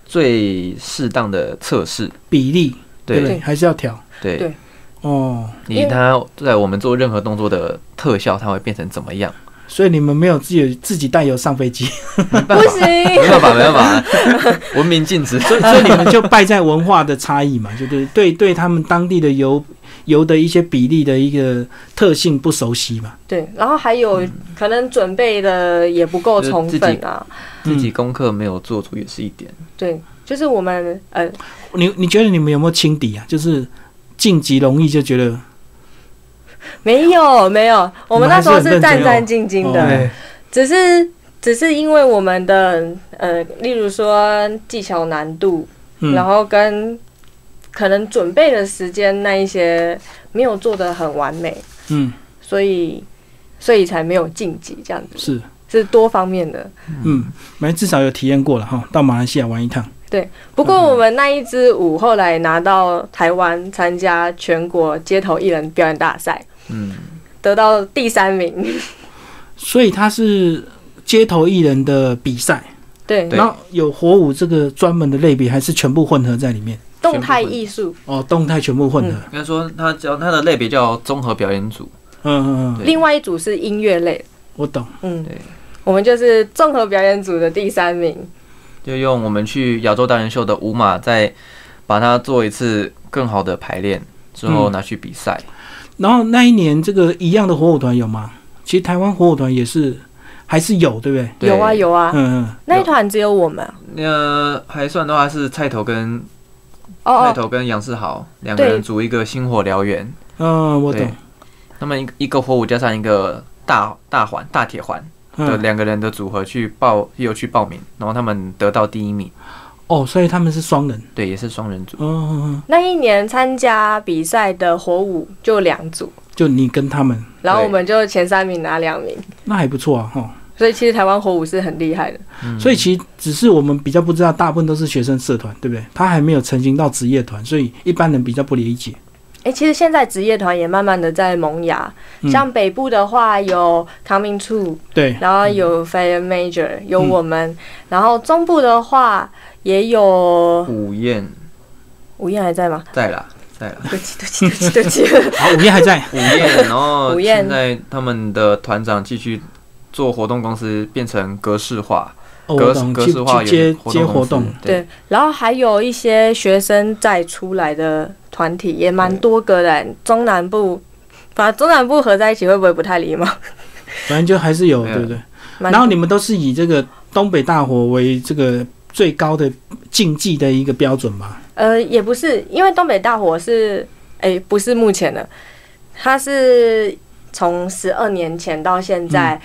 Speaker 3: 最适当的测试。
Speaker 1: 比例对不
Speaker 3: 对
Speaker 1: 对？还是要调
Speaker 3: 对，
Speaker 2: 对
Speaker 1: 哦。
Speaker 2: 因
Speaker 3: 你
Speaker 2: 为
Speaker 3: 它在我们做任何动作的特效，它会变成怎么样？
Speaker 1: 所以你们没有自己自己带油上飞
Speaker 3: [laughs]
Speaker 1: 机，
Speaker 2: 不行，
Speaker 3: 没办法，没办法，文明禁 [laughs] 止。
Speaker 1: 所以所以你们就败在文化的差异嘛，就对对对他们当地的油油的一些比例的一个特性不熟悉嘛。
Speaker 2: 对，然后还有
Speaker 3: 嗯
Speaker 2: 可能准备的也不够充分啊。
Speaker 3: 自己功课没有做足也是一点。
Speaker 2: 对，就是我们呃，
Speaker 1: 你你觉得你们有没有轻敌啊？就是晋级容易就觉得
Speaker 2: 没有没有，我们那时候
Speaker 1: 你
Speaker 2: 是
Speaker 1: 们还是很
Speaker 2: 战
Speaker 1: 认真哦
Speaker 2: 战兢兢的，
Speaker 1: 哦
Speaker 3: 嗯对
Speaker 2: 只是只是因为我们的呃，例如说技巧难度，然
Speaker 1: 嗯
Speaker 2: 后跟可能准备的时间那一些没有做的很完美，
Speaker 1: 嗯
Speaker 2: 所以所以才没有晋级这样子，
Speaker 1: 是
Speaker 2: 是多方面的。
Speaker 1: 嗯，反正至少有体验过了哈，到马来西亚玩一趟。
Speaker 2: 不过我们那一支舞后来拿到台湾参加全国街头艺人表演大赛，
Speaker 3: 嗯，
Speaker 2: 得到第三名。
Speaker 1: 所以它是街头艺人的比赛，
Speaker 2: 对，
Speaker 3: 对
Speaker 1: 然后有火舞这个专门的类别，还是全部混合在里面？
Speaker 2: 动态艺术。
Speaker 1: 哦，动态全部混合。
Speaker 3: 应该说它叫它的类别叫综合表演组。
Speaker 1: 嗯嗯嗯，
Speaker 3: 对
Speaker 2: 另外一组是音乐类，
Speaker 1: 我懂。
Speaker 2: 嗯
Speaker 3: 对，
Speaker 2: 我们就是综合表演组的第三名。
Speaker 3: 就用我们去亚洲达人秀的舞码，再把它做一次更好的排练，之后拿去比赛。
Speaker 1: 然后那一年这个一样的火舞团有吗？其实台湾火舞团也是还是有，对不对？
Speaker 3: 对
Speaker 2: 有啊，有啊，
Speaker 1: 嗯嗯，
Speaker 2: 那一团只有我们啊。
Speaker 3: 那、还算的话是菜头跟、
Speaker 2: 哦
Speaker 3: 菜
Speaker 2: 哦，
Speaker 3: 头跟杨世豪两个人
Speaker 2: 对
Speaker 3: 组一个星火燎原，
Speaker 1: 嗯，我
Speaker 3: 对
Speaker 1: 懂。，
Speaker 3: 他们一一个火舞加上一个大大环大铁环的
Speaker 1: 嗯，
Speaker 3: 两个人的组合去报有去报名，然后他们得到第一名，
Speaker 1: 哦，所以他们是双人。
Speaker 3: 对，也是双人组。
Speaker 1: 哦哦，哦
Speaker 2: 那一年参加比赛的火舞就两组，
Speaker 1: 就你跟他们，
Speaker 2: 然后
Speaker 3: 对
Speaker 2: 我们就前三名拿两名，
Speaker 1: 那还不错啊，哈。
Speaker 2: 所以其实台湾火舞是很厉害的。
Speaker 3: 嗯
Speaker 1: 所以其实只是我们比较不知道，大部分都是学生社团，对不对？他还没有成型到职业团，所以一般人比较不理解。
Speaker 2: 哎、其实现在职业团也慢慢的在萌芽，
Speaker 1: 嗯
Speaker 2: 像北部的话有 Coming To，
Speaker 1: 对，
Speaker 2: 然后有 Fire Major，有我们，然后中部的话也有
Speaker 3: 午宴
Speaker 2: 午宴还在吗？
Speaker 3: 在啦，在啦。
Speaker 2: 对不起，对不起，对不起，对不
Speaker 1: [laughs]
Speaker 2: 起。
Speaker 1: 好，午夜还在，
Speaker 3: 午宴，然后
Speaker 2: [laughs] 午宴
Speaker 3: 现在他们的团长继续做活动公司，变成格式化，
Speaker 1: 哦
Speaker 3: 格
Speaker 1: 我懂，
Speaker 3: [laughs] 格
Speaker 1: 去
Speaker 3: 式化
Speaker 1: 去接
Speaker 3: 有活
Speaker 1: 接
Speaker 3: 动
Speaker 1: 活
Speaker 3: 公司
Speaker 1: 动，
Speaker 3: 对，
Speaker 2: 对，然后还有一些学生再出来的团体也蛮多个的，中南部把中南部合在一起会不会不太礼貌？
Speaker 1: 反正就还是有，
Speaker 3: 没有
Speaker 1: 对不对？
Speaker 2: 蛮
Speaker 1: 然后你们都是以这个东北大火为这个最高的竞技的一个标准嘛？
Speaker 2: 呃，也不是，因为东北大火是，哎、不是目前的，它是从十二年前到现在
Speaker 1: 嗯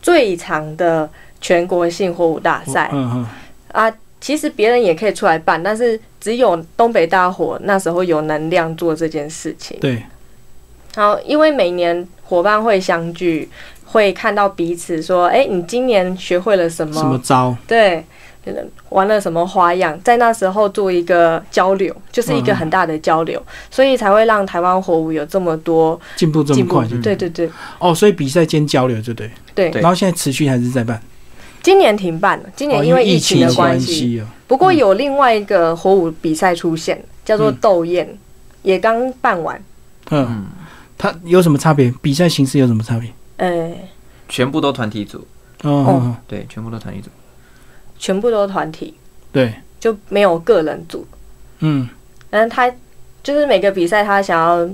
Speaker 2: 最长的全国性火舞大赛、
Speaker 1: 嗯嗯，
Speaker 2: 啊。其实别人也可以出来办，但是只有东北大火那时候有能量做这件事情。
Speaker 1: 对，
Speaker 2: 然后，因为每年伙伴会相聚，会看到彼此说：“哎、你今年学会了什么？
Speaker 1: 什么招？
Speaker 2: 对，玩了什么花样，在那时候做一个交流，就是一个很大的交
Speaker 1: 嗯
Speaker 2: 流，所以才会让台湾火舞有这么多
Speaker 1: 进步这么
Speaker 2: 进步
Speaker 1: 快就。
Speaker 3: 嗯
Speaker 2: 对对对
Speaker 1: 哦，所以比赛兼交流，对不对？
Speaker 2: 对，
Speaker 3: 对
Speaker 1: 然后现在持续还是在办，
Speaker 2: 今年停办了，今
Speaker 1: 哦，
Speaker 2: 年
Speaker 1: 因
Speaker 2: 为
Speaker 1: 疫
Speaker 2: 情
Speaker 1: 情
Speaker 2: 的
Speaker 1: 关
Speaker 2: 系，
Speaker 1: 哦。
Speaker 2: 不过有另外一个火舞比赛出现，叫做斗艳，也刚办完，
Speaker 1: 嗯，
Speaker 3: 嗯，
Speaker 1: 它有什么差别？比赛形式有什么差别？
Speaker 2: 呃，
Speaker 3: 全部都团体组，
Speaker 1: 哦，哦
Speaker 3: 对，全部都团体组，
Speaker 2: 全部都团体，
Speaker 1: 对，
Speaker 2: 就没有个人组，
Speaker 1: 嗯，
Speaker 2: 但是他就是每个比赛他想要。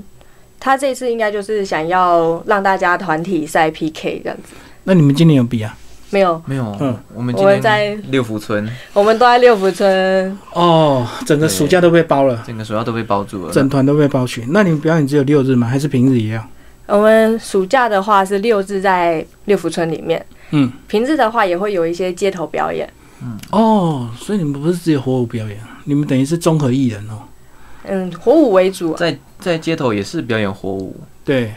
Speaker 2: 他这次应该就是想要让大家团体赛 PK 这样子，
Speaker 1: 那你们今年有比啊？
Speaker 2: 没有
Speaker 3: 没有
Speaker 1: 嗯，
Speaker 3: 我们
Speaker 2: 我
Speaker 3: 今
Speaker 2: 们在
Speaker 3: 天六福村
Speaker 2: 我们都在六福村，
Speaker 1: 哦，整个暑假都被包了，
Speaker 3: 整个学校都被包住了，
Speaker 1: 啊整团都被包去。那你们表演只有六日吗？还是平日也要？
Speaker 2: 我们暑假的话是六日在六福村里面，
Speaker 1: 嗯，
Speaker 2: 平日的话也会有一些街头表演，
Speaker 1: 哦，所以你们不是只有火舞表演，你们等于是综合艺人哦。
Speaker 2: 嗯，火舞为主，
Speaker 3: 在在街头也是表演火舞，
Speaker 1: 对，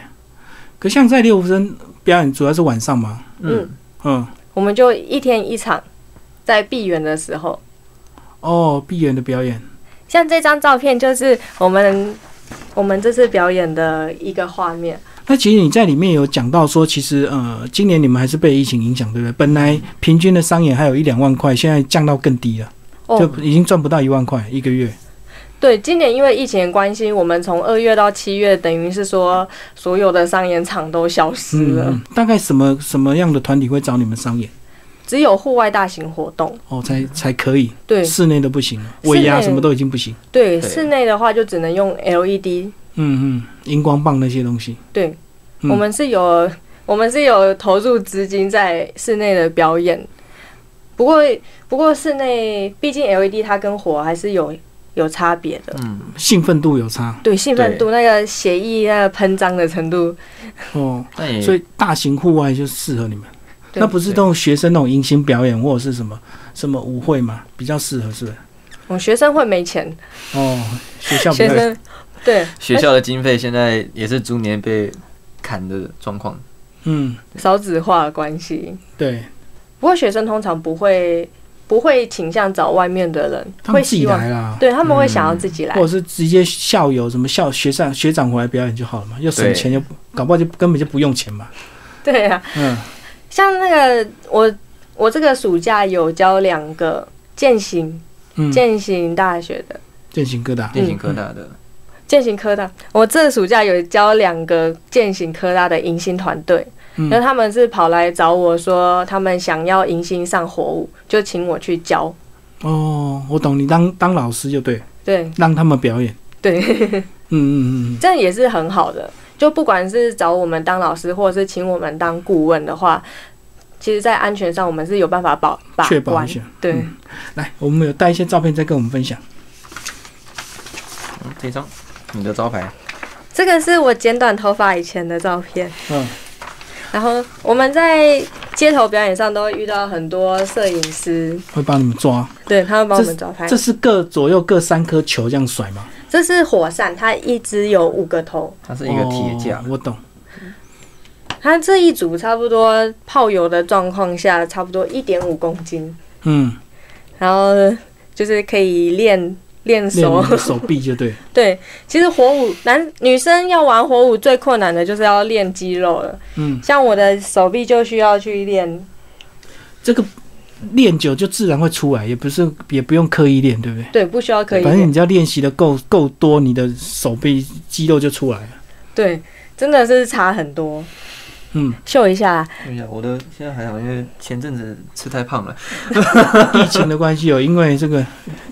Speaker 1: 可像在六福村表演主要是晚上嘛，
Speaker 3: 嗯，
Speaker 1: 嗯，
Speaker 2: 我们就一天一场，在闭园的时候，
Speaker 1: 哦，闭园的表演，
Speaker 2: 像这张照片就是我们我们这次表演的一个画面，
Speaker 1: 那其实你在里面有讲到说，其实呃，今年你们还是被疫情影响，对不对？本来平均的商演还有一两万块，现在降到更低了，
Speaker 2: 哦
Speaker 1: 就已经赚不到一万块一个月。
Speaker 2: 对，今年因为疫情的关系，我们从二月到七月，等于是说所有的商演场都消失
Speaker 1: 嗯，
Speaker 2: 了，
Speaker 1: 嗯大概什么什么样的团体会找你们商演？
Speaker 2: 只有户外大型活动，
Speaker 1: 哦，才才可以，
Speaker 2: 对
Speaker 1: 室内都不行了，
Speaker 2: 室内
Speaker 1: 尾牙什么都已经不行。
Speaker 2: 对，
Speaker 3: 对
Speaker 2: 室内的话就只能用 E LED
Speaker 1: 嗯嗯，荧光棒那些东西。
Speaker 2: 对，
Speaker 1: 嗯
Speaker 2: 我们是有我们是有投入资金在室内的表演，不过不过室内毕竟 LED 它跟火还是有有差别的，
Speaker 3: 嗯，
Speaker 1: 兴奋度有差
Speaker 2: 对兴奋度那个血液那个喷张的程度，
Speaker 1: 哦，
Speaker 3: 但也
Speaker 1: 所以大型户外就适合你们。
Speaker 2: 对
Speaker 1: 那不是那种学生那种迎新表演或者是什么什么舞会嘛，比较适合是不是？
Speaker 2: 我们学生会没钱，
Speaker 1: 哦，学校比
Speaker 2: 学
Speaker 1: 较
Speaker 2: 生对
Speaker 3: 学校的经费现在也是逐年被砍的状况，
Speaker 1: 嗯，
Speaker 2: 少子化的关系，
Speaker 1: 对
Speaker 2: 不过学生通常不会不会倾向找外面的人，
Speaker 1: 他
Speaker 2: 会
Speaker 1: 们自己
Speaker 2: 希望
Speaker 1: 来嗯啦，
Speaker 2: 对他们会想要自己来
Speaker 1: 或，者是直接校友什么校学长学长回来表演就好了嘛，又省
Speaker 3: 对
Speaker 1: 钱又不搞不好就根本就不用钱嘛。
Speaker 2: 对啊，
Speaker 1: 嗯，
Speaker 2: 像那个我我这个暑假有教两个践行
Speaker 1: 嗯，
Speaker 2: 践行大学的
Speaker 1: 践行科大，
Speaker 3: 电信科大的，
Speaker 2: 践行科大，我这个暑假有教两个践行科大的迎新团队，
Speaker 1: 嗯
Speaker 2: 那、他们是跑来找我说他们想要迎新上火舞，就请我去教。
Speaker 1: 哦，我懂，你当当老师就对，
Speaker 2: 对
Speaker 1: 让他们表演。
Speaker 2: 对， [laughs]
Speaker 1: 嗯嗯嗯
Speaker 2: 这样也是很好的。就不管是找我们当老师，或者是请我们当顾问的话，其实，在安全上我们是有办法保把
Speaker 1: 嗯，
Speaker 2: 关。
Speaker 1: 确保一下。
Speaker 2: 对，
Speaker 1: 嗯来，我们有带一些照片再跟我们分享。
Speaker 3: 嗯，这张你的招牌，
Speaker 2: 这个是我剪短头发以前的照片。
Speaker 1: 嗯，
Speaker 2: 然后我们在街头表演上都会遇到很多摄影师，
Speaker 1: 会帮你们抓。
Speaker 2: 对他会帮我们找拍。
Speaker 1: 这
Speaker 2: 这
Speaker 1: 是各左右各三颗球这样甩嘛？
Speaker 2: 是火扇，它一只有五个头，
Speaker 3: 它是一个铁架
Speaker 1: 哦，我懂。
Speaker 2: 它这一组差不多泡油的状况下，差不多一点五公斤，
Speaker 1: 嗯，
Speaker 2: 然后就是可以练练
Speaker 1: 练
Speaker 2: 手
Speaker 1: 你。的手臂就对。
Speaker 2: [laughs] 对，其实火舞男女生要玩火舞最困难的就是要练肌肉了，
Speaker 1: 嗯，
Speaker 2: 像我的手臂就需要去练。
Speaker 1: 这个练久就自然会出来，也不是也不用刻意练，对不对？
Speaker 2: 对，不需要刻意
Speaker 1: 反正
Speaker 2: 练
Speaker 1: 你。只要练习的够够多，你的手臂肌肉就出来了。
Speaker 2: 对，真的是差很多。
Speaker 1: 嗯，
Speaker 2: 秀一下，
Speaker 3: 等一下，哎我的现在还好，因为前阵子吃太胖了，
Speaker 1: 疫情的关系哦，因为这个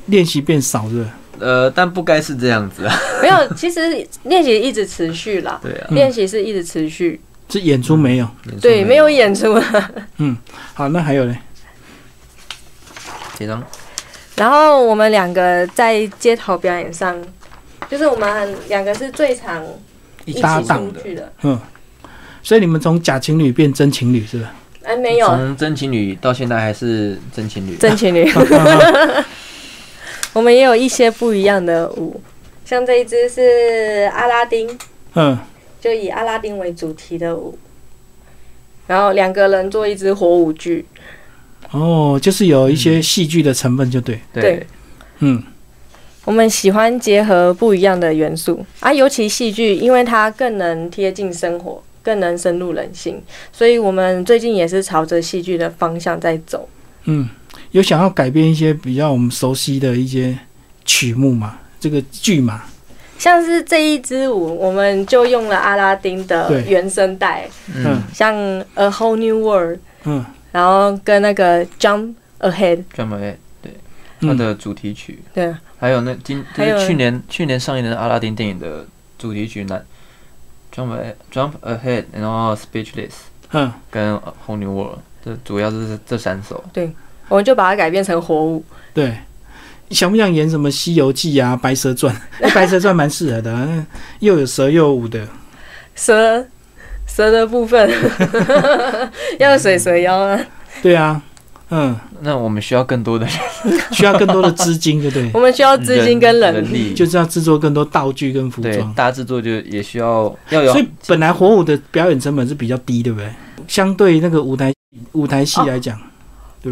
Speaker 1: 练习变少是吧？
Speaker 3: 呃，但不该是这样子啊。 [laughs]
Speaker 2: 没有， [laughs] 其实练习一直持续啦，
Speaker 3: 对啊，
Speaker 1: 嗯
Speaker 2: 练习是一直持续。
Speaker 1: 这演出没有。
Speaker 2: 对，没有演出。 [laughs]
Speaker 1: 好，那还有嘞，
Speaker 3: 几张，
Speaker 2: 然后我们两个在街头表演上，就是我们两个是最常一起
Speaker 1: 搭
Speaker 2: 出
Speaker 3: 档
Speaker 2: 去的。
Speaker 1: 所以你们从假情侣变真情侣是吧？
Speaker 2: 哎，没有
Speaker 3: 从真情侣到现在还是真情侣，
Speaker 2: 真情侣，我们也有一些不一样的舞，像这一支是阿拉丁，
Speaker 1: 嗯，
Speaker 2: 就以阿拉丁为主题的舞，然后两个人做一支火舞剧，
Speaker 1: 哦，就是有一
Speaker 3: 嗯
Speaker 1: 些戏剧的成分就对。
Speaker 2: 对
Speaker 3: 对，
Speaker 1: 嗯，
Speaker 2: 我们喜欢结合不一样的元素啊，尤其戏剧，因为它更能贴近生活，更能深入人心，所以我们最近也是朝着戏剧的方向在走。
Speaker 1: 嗯，有想要改变一些比较我们熟悉的一些曲目嘛？这个剧嘛，
Speaker 2: 像是这一支舞，我们就用了阿拉丁的
Speaker 1: 对
Speaker 2: 原声带，
Speaker 1: 嗯
Speaker 3: 嗯
Speaker 2: 像《A Whole New World》，
Speaker 1: 嗯，
Speaker 2: 然后跟那个《Jump Ahead》，
Speaker 3: 专门为对
Speaker 1: 嗯
Speaker 3: 它的主题曲，
Speaker 2: 对，
Speaker 3: 还有那今就
Speaker 2: 还有
Speaker 3: 是去年去年上映的阿拉丁电影的主题曲呢，Jump Jump Ahead，然后 Speechless
Speaker 1: 嗯，
Speaker 3: 跟 Whole New World，这主要是这三首。
Speaker 2: 我们就把它改变成火舞。
Speaker 1: 对。想不想演什么《西游记》啊，《白蛇
Speaker 3: [laughs]
Speaker 1: 传》哎白蛇传》蛮适合的、啊，又有蛇又有舞的。
Speaker 2: 蛇蛇的部分 [laughs] 要水蛇腰啊，
Speaker 1: 对啊，嗯，
Speaker 3: 那我们需要更多的
Speaker 1: 需要更多的资金，对不对
Speaker 3: [laughs]
Speaker 2: 我？们需要哦资金跟人
Speaker 3: 人力，
Speaker 1: 就是要制作更多道具跟服
Speaker 3: 对
Speaker 1: 装。
Speaker 3: 大制作就也需要要有
Speaker 1: 所以本来火舞的表演成本是比较低，对不对？相对那个舞台舞台戏来讲，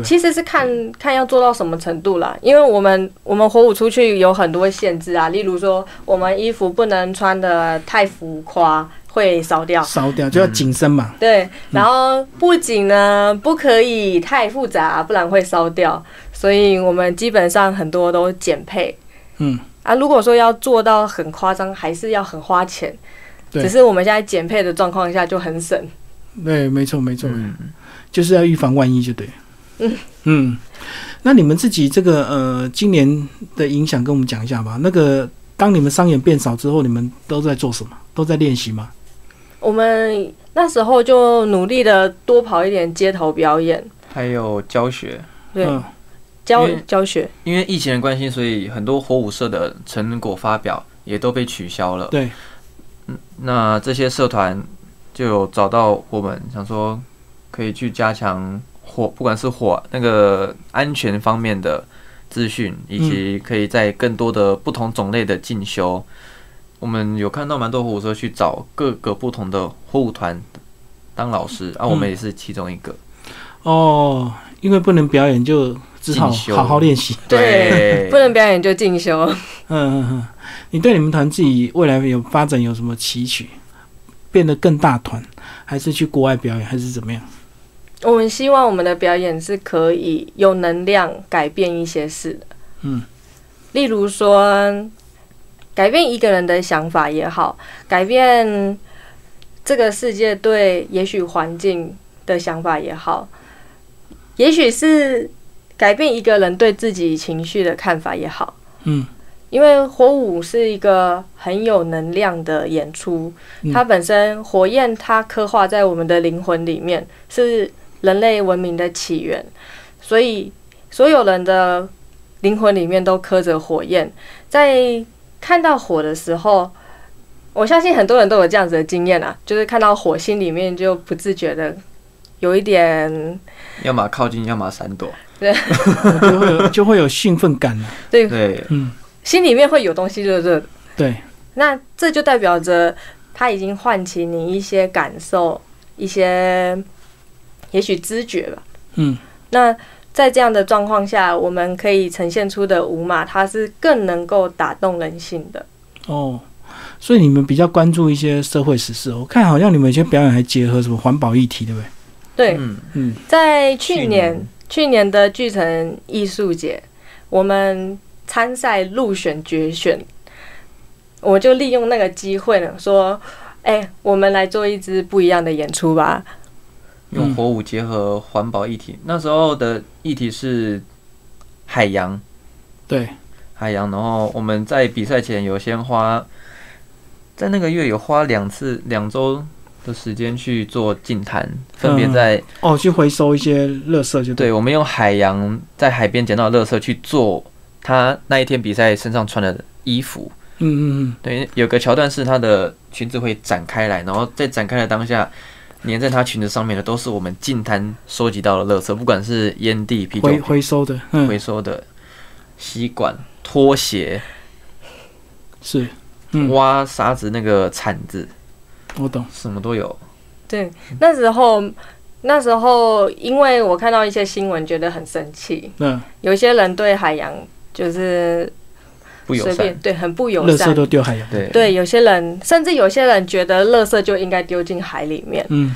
Speaker 2: 其实是看看要做到什么程度啦，因为我们我们火舞出去有很多限制啊，例如说我们衣服不能穿的太浮夸，会烧
Speaker 3: 哦
Speaker 2: 掉。
Speaker 1: 烧掉就要
Speaker 3: 嗯
Speaker 1: 紧身嘛。
Speaker 2: 对，然后布景呢不可以太复杂，不然会烧掉。所以我们基本上很多都减配
Speaker 1: 嗯，
Speaker 2: 啊。如果说要做到很夸张，还是要很花钱。
Speaker 1: 对
Speaker 2: 只是我们现在减配的状况下就很省。
Speaker 1: 对，没错没错，
Speaker 3: 嗯
Speaker 1: 就是要预防万一就对。
Speaker 2: 嗯
Speaker 1: 嗯，那你们自己这个呃，今年的影响跟我们讲一下吧。那个当你们商演变少之后，你们都在做什么？都在练习吗？
Speaker 2: 我们那时候就努力的多跑一点街头表演，
Speaker 3: 还有教学，
Speaker 2: 对，
Speaker 1: 嗯
Speaker 2: 教
Speaker 3: 因为
Speaker 2: 教学，
Speaker 3: 因为疫情的关系，所以很多火舞社的成果发表也都被取消了。嗯
Speaker 1: 对，
Speaker 3: 那这些社团就有找到我们，想说可以去加强火，不管是火那个安全方面的资讯，以及可以在更多的不同种类的进修。我们有看到蛮多火舞社去找各个不同的火舞团当老师，啊，我们也是其中一个。
Speaker 1: 哦，因为不能表演，就只好
Speaker 3: 进修
Speaker 1: 好好练习。
Speaker 2: 对不能表演就进修。
Speaker 1: 嗯嗯嗯，你对你们团自己未来有发展有什么期许？变得更大团，还是去国外表演，还是怎么样？ [laughs]
Speaker 2: 我们希望我们的表演是可以有能量改变一些事的。
Speaker 1: 嗯，
Speaker 2: 例如说，改变一个人的想法也好，改变这个世界对也许环境的想法也好，也许是改变一个人对自己情绪的看法也好。
Speaker 1: 嗯，
Speaker 2: 因为火舞是一个很有能量的演出，
Speaker 1: 嗯
Speaker 2: 它本身火焰它刻画在我们的灵魂里面，是人类文明的起源，所以所有人的灵魂里面都刻着火焰。在看到火的时候，我相信很多人都有这样子的经验啊，就是看到火星里面就不自觉的有一点
Speaker 3: 要么靠近，要么闪躲。
Speaker 1: 就会有就会有兴奋感了、嗯
Speaker 2: 对
Speaker 3: 对，
Speaker 2: 心里面会有东西热热的。
Speaker 1: 对，
Speaker 2: 那这就代表着它已经唤起你一些感受，一些也许知觉吧。
Speaker 1: 嗯，
Speaker 2: 那在这样的状况下，我们可以呈现出的舞码，它是更能够打动人心的。
Speaker 1: 哦，所以你们比较关注一些社会时事哦。我看好像你们有些表演还结合什么环保议题，对不对？
Speaker 2: 对，
Speaker 3: 嗯，
Speaker 1: 嗯，
Speaker 2: 在去年，去年的巨城艺术节，我们参赛入选决选，我就利用那个机会呢，说，哎、我们来做一支不一样的演出吧。
Speaker 3: 用火舞结合环保议题。那时候的议题是海洋，
Speaker 1: 对，
Speaker 3: 海洋。然后我们在比赛前有先花，在那个月有花两次两周的时间去做净滩，分别在、
Speaker 1: 哦，去回收一些垃圾就对。
Speaker 3: 对我们用海洋在海边捡到的垃圾去做他那一天比赛身上穿的衣服。
Speaker 1: 嗯嗯
Speaker 3: 对，有个桥段是她的裙子会展开来，然后在展开的当下，粘在她裙子上面的都是我们净滩收集到的垃圾，不管是烟蒂、啤
Speaker 1: 嗯，
Speaker 3: 酒
Speaker 1: 回回收的，嗯，
Speaker 3: 回收的吸管、拖鞋、
Speaker 1: 是，嗯
Speaker 3: 挖沙子那个铲子，
Speaker 1: 我懂。
Speaker 3: 什么都有。
Speaker 2: 对，那时候，那时候因为我看到一些新闻，觉得很生气，
Speaker 1: 嗯，
Speaker 2: 有些人对海洋就是
Speaker 3: 不友
Speaker 2: 随便
Speaker 3: 善，
Speaker 2: 对很不友
Speaker 1: 垃圾
Speaker 2: 善。
Speaker 1: 都丢海洋。，
Speaker 3: 对，
Speaker 2: 对，有些人甚至有些人觉得垃圾就应该丢进海里面。
Speaker 1: 嗯，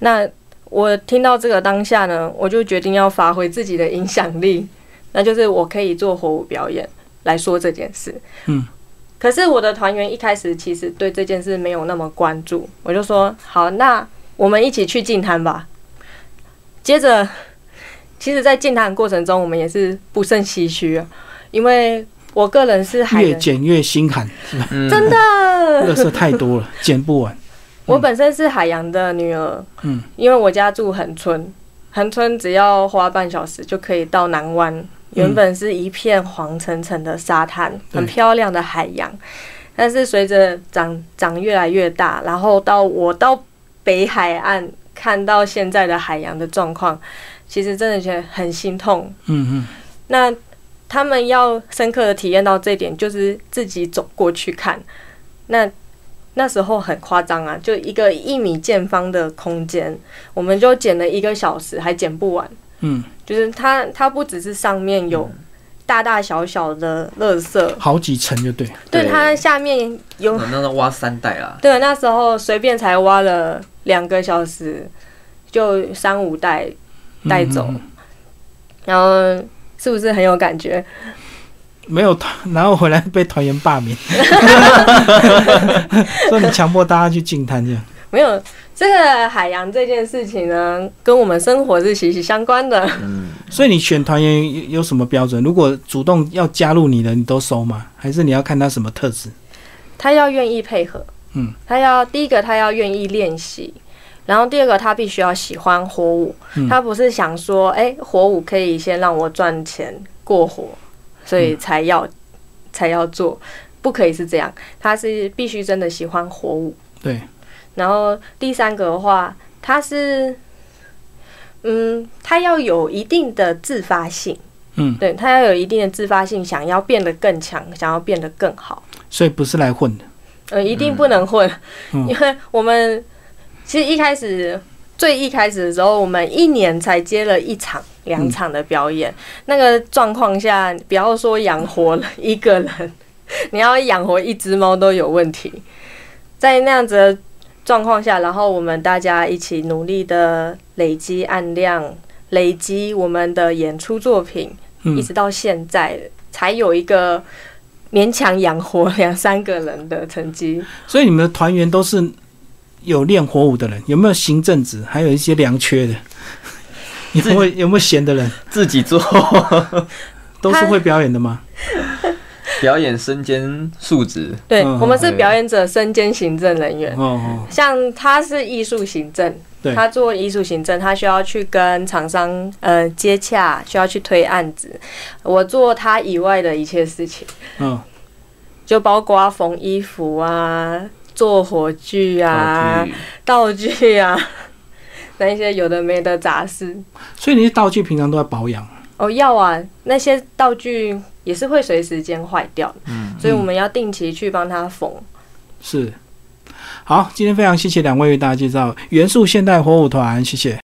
Speaker 2: 那我听到这个当下呢，我就决定要发挥自己的影响力，那就是我可以做火舞表演来说这件事。
Speaker 1: 嗯。
Speaker 2: 可是我的团员一开始其实对这件事没有那么关注，我就说好，那我们一起去进滩吧。接着，其实，在进滩过程中，我们也是不胜唏嘘、啊，因为我个人是海
Speaker 1: 越
Speaker 2: 人，
Speaker 1: 捡越心
Speaker 2: [laughs]
Speaker 1: 寒，
Speaker 3: 嗯，
Speaker 2: 真的，啊
Speaker 1: 垃圾太多了，捡不完。
Speaker 2: 我本身是海洋的女儿，
Speaker 1: 嗯，
Speaker 2: 因为我家住恒村，恒村只要花半小时就可以到南湾，原本是一片黄澄澄的沙滩，
Speaker 1: 嗯对
Speaker 2: 很漂亮的海洋，但是随着长长越来越大，然后到我到北海岸看到现在的海洋的状况，其实真的觉得很心痛。
Speaker 1: 嗯嗯，
Speaker 2: 那他们要深刻的体验到这一点，就是自己走过去看。那那时候很夸张啊，就一个一米见方的空间，我们就剪了一个小时，还剪不完。
Speaker 1: 嗯，
Speaker 2: 就是它，它不只是上面有大大小小的垃圾，
Speaker 1: 好几层就对。
Speaker 2: 对
Speaker 3: 对嗯
Speaker 2: 它下面有，
Speaker 3: 那那挖三代
Speaker 2: [laughs]
Speaker 3: 啦，
Speaker 2: 对，那时候随便才挖了两个小时，就三五袋
Speaker 1: 嗯
Speaker 2: 带走
Speaker 1: 嗯嗯
Speaker 2: 然后是不是很有感觉？
Speaker 1: 没有 [laughs] 团，然后回来被团员罢
Speaker 2: [laughs]
Speaker 1: 免，说你强迫大家去净滩这样。
Speaker 2: 没有这个海洋这件事情呢，跟我们生活是息息相关的。
Speaker 3: 嗯，
Speaker 1: 所以你选团员有有什么标准？如果主动要加入你的，你都收吗？还是你要看他什么特质？
Speaker 2: 他要愿意配合，
Speaker 1: 嗯，
Speaker 2: 他要第一个他要愿意练习，然后第二个他必须要喜欢火舞，
Speaker 1: 嗯
Speaker 2: 他不是想说，哎、火舞可以先让我赚钱过活，所
Speaker 1: 嗯
Speaker 2: 以才要、才要做，不可以是这样，他是必须真的喜欢火舞。
Speaker 1: 对，
Speaker 2: 然后第三个的话，他是，嗯，他要有一定的自发性。
Speaker 1: 嗯，
Speaker 2: 对他要有一定的自发性，想要变得更强，想要变得更好。
Speaker 1: 所以不是来混的。
Speaker 2: 呃，一定不能混，
Speaker 1: 嗯
Speaker 2: [laughs] 因为我们其实一开始最一开始的时候，我们一年才接了一场、两场的表演。那个状况下，不要说养活了一个人，你要养活一只猫都有问题。在那样子的状况下，然后我们大家一起努力的累积案量，累积我们的演出作品，一
Speaker 1: 嗯
Speaker 2: 直到现在才有一个勉强养活两三个人的
Speaker 1: [laughs]
Speaker 2: 成绩。
Speaker 1: 所以你们的团员都是有练火舞的人，有没有行政职？还有一些良缺 [laughs] 的，有没有有没有闲的人？
Speaker 3: 自己做 [laughs]
Speaker 1: 都是会表演的吗？
Speaker 3: 表演身兼数职，
Speaker 2: 对、
Speaker 1: 嗯
Speaker 2: 我们是
Speaker 3: 对
Speaker 2: 表演者身兼行政人员，
Speaker 1: 哦哦，
Speaker 2: 像他是艺术行政
Speaker 1: 对。
Speaker 2: 他做艺术行政，他需要去跟厂商呃接洽，需要去推案子。我做他以外的一切事情，
Speaker 1: 嗯，
Speaker 2: 就包括缝衣服啊、做火炬啊、
Speaker 3: 道具
Speaker 2: 道具啊， [laughs] 那一些有的没的杂事。
Speaker 1: 所以你的道具平常都在保养。
Speaker 2: 哦，要啊，那些道具也是会随时间坏掉的，
Speaker 3: 嗯
Speaker 2: 所以我们要定期去帮它缝。
Speaker 1: 是，好，今天非常谢谢两位为大家介绍元素现代火舞团，谢谢。